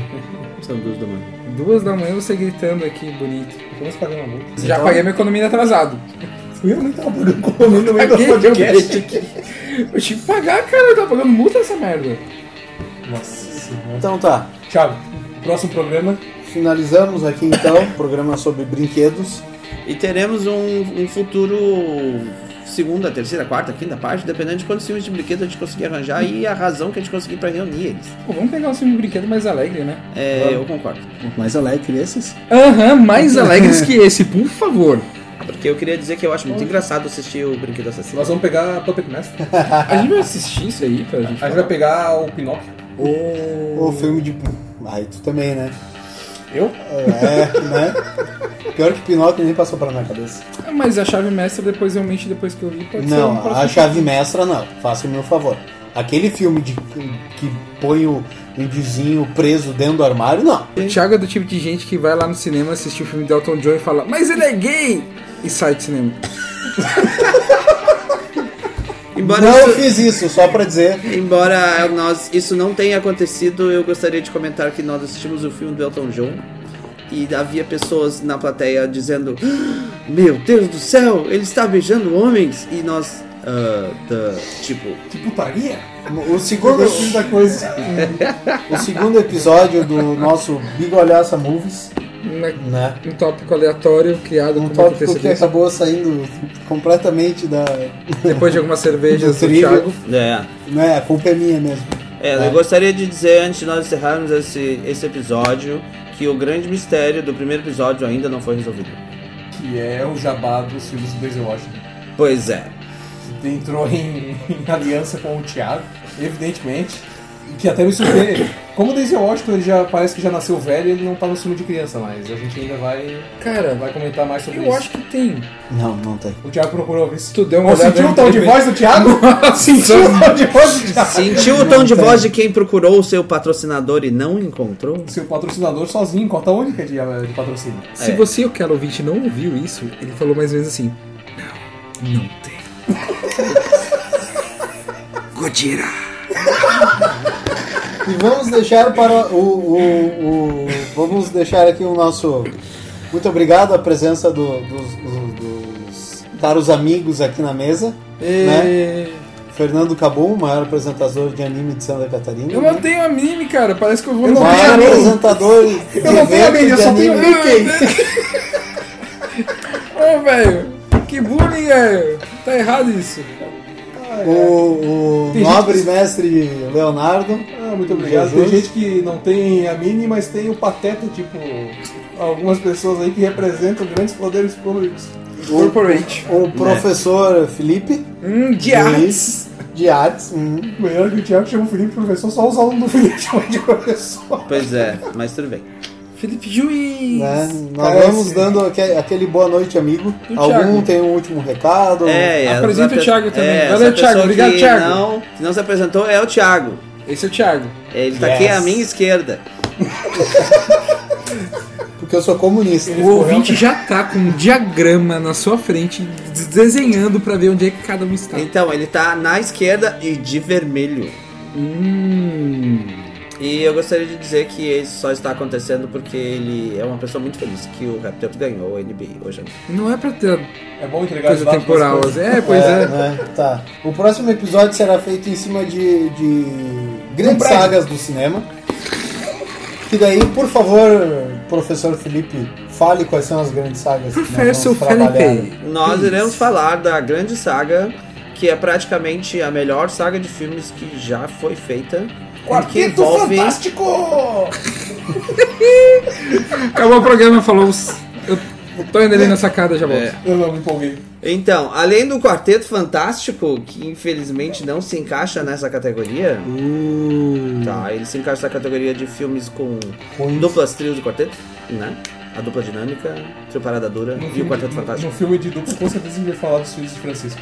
Speaker 4: São duas da manhã.
Speaker 3: Duas da manhã você gritando aqui, bonito.
Speaker 5: estamos pagando a multa. Então-
Speaker 3: Já paguei minha economia atrasado.
Speaker 5: Eu nem tava pagando comida no meio do
Speaker 3: Paguei,
Speaker 5: podcast.
Speaker 3: eu Eu tive que pagar, cara. Eu tava pagando multa essa merda.
Speaker 5: Nossa senhora.
Speaker 2: Então tá.
Speaker 5: Thiago, próximo programa.
Speaker 2: Finalizamos aqui então o programa sobre brinquedos.
Speaker 4: E teremos um, um futuro segunda, terceira, quarta, quinta parte, dependendo de quantos filmes de brinquedo a gente conseguir arranjar e a razão que a gente conseguir pra reunir eles.
Speaker 3: Pô, vamos pegar um filme de brinquedo mais alegre, né?
Speaker 4: É, eu concordo.
Speaker 2: Mais alegre esses?
Speaker 3: Aham,
Speaker 5: *laughs*
Speaker 3: mais alegres que esse, por favor.
Speaker 4: Porque eu queria dizer que eu acho muito engraçado assistir o Brinquedo Assassino.
Speaker 5: Nós vamos pegar a Puppet Master.
Speaker 3: A gente vai assistir isso aí pra gente.
Speaker 5: A gente vai pegar o Pinóquio.
Speaker 2: Ou filme de. Ai, tu também, né?
Speaker 5: Eu?
Speaker 2: É, né? Pior que Pinóquio nem passou pra minha cabeça.
Speaker 3: falar. Mas a chave mestra depois realmente, depois que eu vi, pode ser um
Speaker 2: Não,
Speaker 3: próximo.
Speaker 2: a chave mestra não. Faça o meu favor. Aquele filme de que põe o indiozinho preso dentro do armário, não.
Speaker 3: O Thiago é do tipo de gente que vai lá no cinema assistir o filme de Elton John e fala, mas ele é gay! E sai do cinema.
Speaker 4: Embora,
Speaker 2: não
Speaker 4: isso,
Speaker 2: fiz isso, só pra dizer.
Speaker 4: embora nós, isso não tenha acontecido, eu gostaria de comentar que nós assistimos o filme do Elton John e havia pessoas na plateia dizendo: "Ah, Meu Deus do céu, ele está beijando homens! E nós, ah, tá, tipo,
Speaker 5: Que putaria!
Speaker 2: O segundo,
Speaker 5: da coisa.
Speaker 2: o segundo episódio do nosso Bigolhaça Movies,
Speaker 3: Um-
Speaker 2: né?
Speaker 3: Um tópico aleatório criado
Speaker 2: Um
Speaker 3: como
Speaker 2: tópico que
Speaker 3: aconteceria
Speaker 2: acabou saindo completamente da.
Speaker 3: depois de algumas cervejas do
Speaker 2: Incrível.
Speaker 3: Thiago.
Speaker 4: é.
Speaker 2: Né, a culpa é minha mesmo.
Speaker 4: É,
Speaker 3: Né?
Speaker 4: eu gostaria de dizer, antes de nós encerrarmos esse, esse episódio, que o grande mistério do primeiro episódio ainda não foi resolvido.
Speaker 5: Que é o jabá dos filmes do Daisy Washington.
Speaker 4: Pois é.
Speaker 5: Que Entrou em, em aliança com o Thiago, evidentemente. E que até me surpreende. Como o Daisy Washington ele já parece que já nasceu velho, ele não tá no filme de criança mais. A gente ainda vai,
Speaker 3: Cara,
Speaker 5: vai comentar mais sobre
Speaker 3: eu
Speaker 5: isso.
Speaker 3: acho que tem.
Speaker 2: Não, não tem.
Speaker 5: O Thiago procurou ouvir isso.
Speaker 3: Tu deu uma
Speaker 5: Ô, sentiu o tom de voz do Thiago?
Speaker 3: Sentiu.
Speaker 5: o tom de voz do Thiago?
Speaker 4: Sentiu o tom de voz de quem procurou o seu patrocinador e não encontrou?
Speaker 5: Seu patrocinador sozinho, corta única de, de patrocínio.
Speaker 3: Se
Speaker 4: É.
Speaker 3: você, o que era ouvinte, não ouviu isso, ele falou mais ou menos assim: Não, não tem. Godira.
Speaker 2: E vamos deixar para o, o- o- Vamos deixar aqui o nosso. Muito obrigado a presença do- dos, dos, dos caros amigos aqui na mesa.
Speaker 3: "É,
Speaker 2: Né? Fernando Cabum, maior apresentador de anime de Santa Catarina.
Speaker 3: Eu
Speaker 2: né?
Speaker 3: não tenho anime, cara. Parece que eu vou
Speaker 5: Eu não
Speaker 3: no-
Speaker 5: tenho
Speaker 2: maior
Speaker 5: anime.
Speaker 2: apresentador.
Speaker 5: Eu não tenho anime, eu só tenho
Speaker 2: anime.
Speaker 5: Mickey.
Speaker 3: Ô, velho. Que bullying, velho. Tá errado isso.
Speaker 2: O, o
Speaker 5: um. gente
Speaker 2: nobre mestre Leonardo.
Speaker 5: Ah, muito obrigado.
Speaker 2: Jesus.
Speaker 5: Tem gente que não tem a mini, mas tem o pateta, tipo, algumas pessoas aí que representam grandes poderes públicos.
Speaker 3: Corporate.
Speaker 2: O professor Felipe
Speaker 3: Hum, de
Speaker 2: Luiz, de artes. hum.
Speaker 5: Melhor que o Thiago chama o Felipe de professor, só os alunos do Felipe *laughs* chamam de professor.
Speaker 4: Pois é, mas tudo bem.
Speaker 3: Felipe Juiz.
Speaker 2: né? Nós
Speaker 5: Parece.
Speaker 2: vamos dando aque- aquele, boa noite, amigo.
Speaker 3: E o
Speaker 2: Algum
Speaker 3: Thiago?
Speaker 2: tem um último recado?
Speaker 4: É, é,
Speaker 3: Apresenta
Speaker 4: essa
Speaker 3: o Thiago
Speaker 4: pe-
Speaker 3: também.
Speaker 4: É,
Speaker 3: Valeu,
Speaker 4: essa
Speaker 3: Thiago.
Speaker 4: pessoa
Speaker 3: Obrigado,
Speaker 4: que
Speaker 3: Thiago.
Speaker 4: Não, que não se apresentou é o Thiago.
Speaker 3: Esse é o Thiago.
Speaker 4: Ele tá aqui à minha esquerda.
Speaker 2: Porque eu sou comunista.
Speaker 3: O ouvinte já tá com um diagrama na sua frente, des- desenhando pra ver onde é que cada um está.
Speaker 4: Então, ele tá na esquerda e de vermelho.
Speaker 3: Hum.
Speaker 4: E eu gostaria de dizer que isso só está acontecendo porque ele é uma pessoa muito feliz que o Raptors ganhou a NBA hoje. à noite.
Speaker 3: Não é pra ter
Speaker 5: É bom entregar
Speaker 3: coisa
Speaker 5: as datas
Speaker 3: temporal.
Speaker 5: das
Speaker 3: assim.
Speaker 5: coisas.
Speaker 3: É, pois é.
Speaker 2: né? Tá. O próximo episódio será feito em cima de, de grandes
Speaker 5: prédio.
Speaker 2: sagas do cinema. Que daí, por favor, professor Felipe, fale quais são as grandes sagas. que nós vamos
Speaker 3: Professor
Speaker 2: trabalhar.
Speaker 3: Felipe.
Speaker 4: Nós
Speaker 5: Hum.
Speaker 3: please.
Speaker 4: iremos falar da grande saga, que é praticamente a melhor saga de filmes que já foi feita. e que
Speaker 5: Quarteto
Speaker 4: envolve
Speaker 5: Fantástico!
Speaker 3: Acabou o programa, falou. Eu tô indo ali na sacada, já volto.
Speaker 5: Eu não me empolguei.
Speaker 4: Então, além do Quarteto Fantástico, que infelizmente não se encaixa nessa categoria,
Speaker 3: Uh.
Speaker 5: Hum.
Speaker 4: tá? Ele se encaixa na categoria de filmes com duplas trios de quarteto, né? a dupla dinâmica, Trio Parada Dura e o Quarteto Fantástico.
Speaker 5: No filme de duplo, com certeza a gente vai falar dos filhos de Francisco.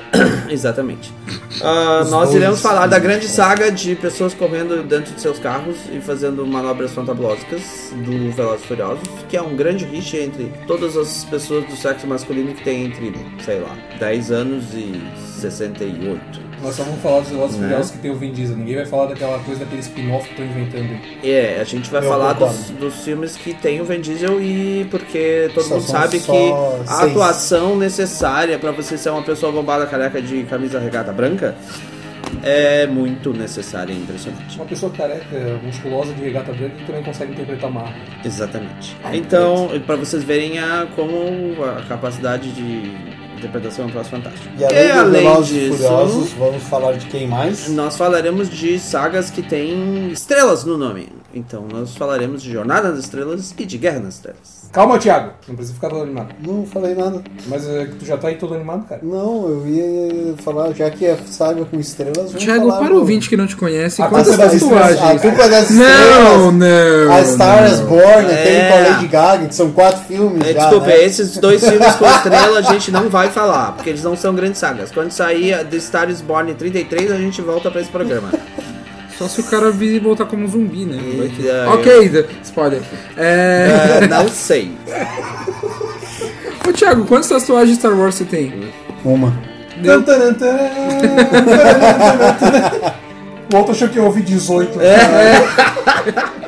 Speaker 4: Exatamente. Ah,
Speaker 5: Os
Speaker 4: nós
Speaker 5: dois.
Speaker 4: iremos falar da grande saga de pessoas correndo dentro de seus carros e fazendo manobras fantabulosas do Velozes e Furiosos, que é um grande hit entre todas as pessoas do sexo masculino que tem entre, sei lá, 10 anos e 68.
Speaker 5: Nós só vamos falar dos Velozes e
Speaker 4: Né?
Speaker 5: Furiosos que tem o Vin Diesel. Ninguém vai falar daquela coisa, daquele spin-off que estão inventando. aí.
Speaker 4: É, a gente vai
Speaker 7: Eu
Speaker 4: falar
Speaker 7: concordo.
Speaker 4: dos, dos filmes que tem o Vin Diesel e porque todo
Speaker 7: Só
Speaker 4: mundo
Speaker 7: são
Speaker 4: sabe
Speaker 7: só
Speaker 4: que a
Speaker 7: seis.
Speaker 4: atuação necessária pra você ser uma pessoa bombada careca de camisa regata branca é muito necessária e impressionante.
Speaker 5: Uma pessoa careca, musculosa, de regata branca, que também consegue interpretar mar.
Speaker 4: Exatamente. Então, pra vocês verem a, como a capacidade de interpretação é um troço fantástico.
Speaker 7: E além,
Speaker 4: E
Speaker 7: dos
Speaker 4: além
Speaker 7: Velozes e
Speaker 4: disso-
Speaker 7: Furiosos, vamos falar de quem mais?
Speaker 4: Nós falaremos de sagas que têm estrelas no nome. Então, nós falaremos de Jornada nas Estrelas e de Guerra nas Estrelas.
Speaker 5: Calma, Thiago. Não precisa ficar todo animado.
Speaker 2: Não falei nada.
Speaker 5: Mas é, que tu já tá aí todo animado, cara.
Speaker 2: Não, eu ia falar, já que é saga com estrelas, vamos
Speaker 3: Thiago,
Speaker 2: falar
Speaker 3: para
Speaker 2: do-
Speaker 3: o ouvinte que não te conhece,
Speaker 7: A
Speaker 3: quantas
Speaker 7: culpa das estrelas. A
Speaker 3: tatuagens?
Speaker 7: culpa das
Speaker 3: Não,
Speaker 7: estrelas.
Speaker 3: não.
Speaker 2: é A Star is
Speaker 3: não.
Speaker 2: Born,
Speaker 4: É.
Speaker 2: tem com a Lady Gaga, que são quatro filmes
Speaker 4: É,
Speaker 2: já,
Speaker 4: desculpa,
Speaker 2: né?
Speaker 4: esses dois filmes com estrela a gente não vai falar, porque eles não são grandes sagas. Quando sair a The Star is Born 33, a gente volta pra esse programa.
Speaker 3: Só se o cara vir e voltar como um zumbi, né? Vai que-
Speaker 4: Eita,
Speaker 3: ok, da- spoiler. É...
Speaker 4: Ah, eh, não sei.
Speaker 3: Ô, Thiago, quantas tatuagens Star Wars você tem?
Speaker 4: Hum, é.
Speaker 2: Uma.
Speaker 3: Deu.
Speaker 5: Tan, tan, tan, tan. O outro achou que houve 18.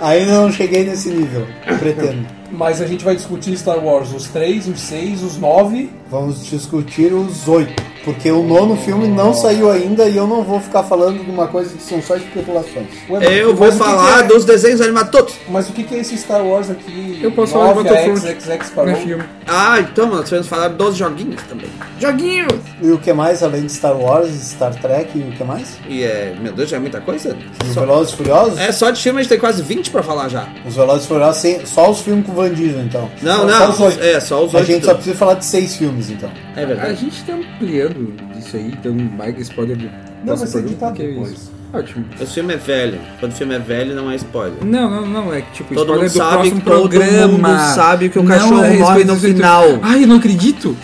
Speaker 2: Ainda não cheguei nesse nível, pretendo.
Speaker 5: Mas a gente vai discutir Star Wars, os 3, os 6, os 9.
Speaker 2: Vamos discutir os oito, porque o nono filme não saiu ainda e eu não vou ficar falando de uma coisa que são só especulações.
Speaker 4: Eu vou falar dos desenhos animados todos.
Speaker 5: é? Mas o que que é esse Star Wars aqui?
Speaker 3: Eu posso falar de
Speaker 5: Nove,
Speaker 3: Battlefront.
Speaker 5: X, X, X,
Speaker 3: Não é
Speaker 5: parou.
Speaker 3: filme.
Speaker 4: Ah, então nós vamos falar dos joguinhos também.
Speaker 3: Joguinhos!
Speaker 2: E o que mais, além de Star Wars, Star Trek e o que mais?
Speaker 4: E é, meu Deus, já é muita coisa.
Speaker 2: Os
Speaker 4: Só-
Speaker 2: Velozes e Furiosos?
Speaker 4: é só de filme a gente tem quase 20 pra falar já.
Speaker 2: Os Velozes e Furiosos, sem- só os filmes com o Van Diesel, então.
Speaker 4: Não,
Speaker 2: Só-
Speaker 4: não.
Speaker 2: Só os oito.
Speaker 4: É, só os
Speaker 2: A
Speaker 4: oito.
Speaker 2: gente só precisa falar de seis filmes, então.
Speaker 4: É
Speaker 3: A
Speaker 4: verdade.
Speaker 3: gente tá ampliando isso aí, dando um mega spoiler do
Speaker 5: Não, vai
Speaker 3: nosso
Speaker 5: ser
Speaker 3: programa,
Speaker 5: editado
Speaker 3: porque é
Speaker 5: depois.
Speaker 3: isso. Ótimo.
Speaker 4: O filme é velho. Quando o filme é velho, não é spoiler.
Speaker 3: Não, não, não, é que, tipo,
Speaker 4: Todo
Speaker 3: spoiler
Speaker 4: mundo
Speaker 3: do
Speaker 4: sabe,
Speaker 3: próximo
Speaker 4: que todo
Speaker 3: programa.
Speaker 4: mundo sabe que o
Speaker 3: Não
Speaker 4: cachorro
Speaker 3: é
Speaker 4: morre
Speaker 3: respeito
Speaker 4: no
Speaker 3: do jeito-
Speaker 4: final.
Speaker 3: Ai, eu não acredito!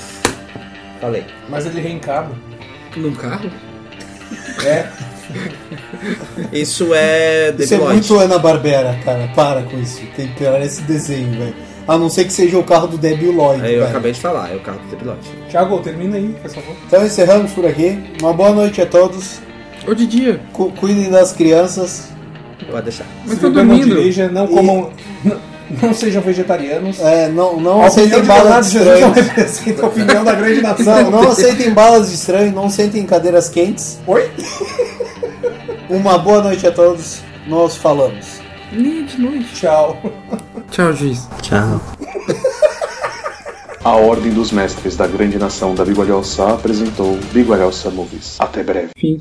Speaker 4: Falei.
Speaker 5: Mas ele é reencarna.
Speaker 3: Num carro?
Speaker 5: É.
Speaker 4: Isso é The
Speaker 2: Isso é
Speaker 4: Plot.
Speaker 2: muito Ana Barbera, cara. Para com isso. Tem que tirar esse desenho, velho. A não ser que seja o carro do Debbie Lloyd.
Speaker 4: É, eu
Speaker 2: velho.
Speaker 4: acabei de falar, é o carro do The Plot.
Speaker 5: Thiago, termina aí, por favor.
Speaker 2: Então encerramos por aqui. Uma boa noite a todos.
Speaker 3: Ou de dia.
Speaker 2: Cu- cuidem das crianças.
Speaker 4: Pode deixar.
Speaker 3: Mas
Speaker 5: Se
Speaker 3: tô
Speaker 4: tá
Speaker 5: bebam,
Speaker 3: dormindo.
Speaker 5: Não dirija, não
Speaker 2: E-
Speaker 5: comam... *laughs* Não, não sejam vegetarianos.
Speaker 2: É, não, não
Speaker 5: A opinião
Speaker 2: aceitem
Speaker 5: de
Speaker 2: balas de
Speaker 5: Leonardo Jesus não
Speaker 2: estranho.
Speaker 5: representa
Speaker 2: *laughs*
Speaker 5: a opinião da grande
Speaker 2: Não,
Speaker 5: nação.
Speaker 2: não aceitem balas de estranho, não sentem em cadeiras quentes.
Speaker 5: Oi?
Speaker 2: Uma boa noite a todos. Nós falamos.
Speaker 3: Nem é de noite.
Speaker 5: Tchau.
Speaker 3: Tchau, juiz.
Speaker 4: Tchau.
Speaker 1: A Ordem dos Mestres da Grande Nação da Bigalhoça apresentou Bigalhoça Movies. Até breve.
Speaker 3: Fim.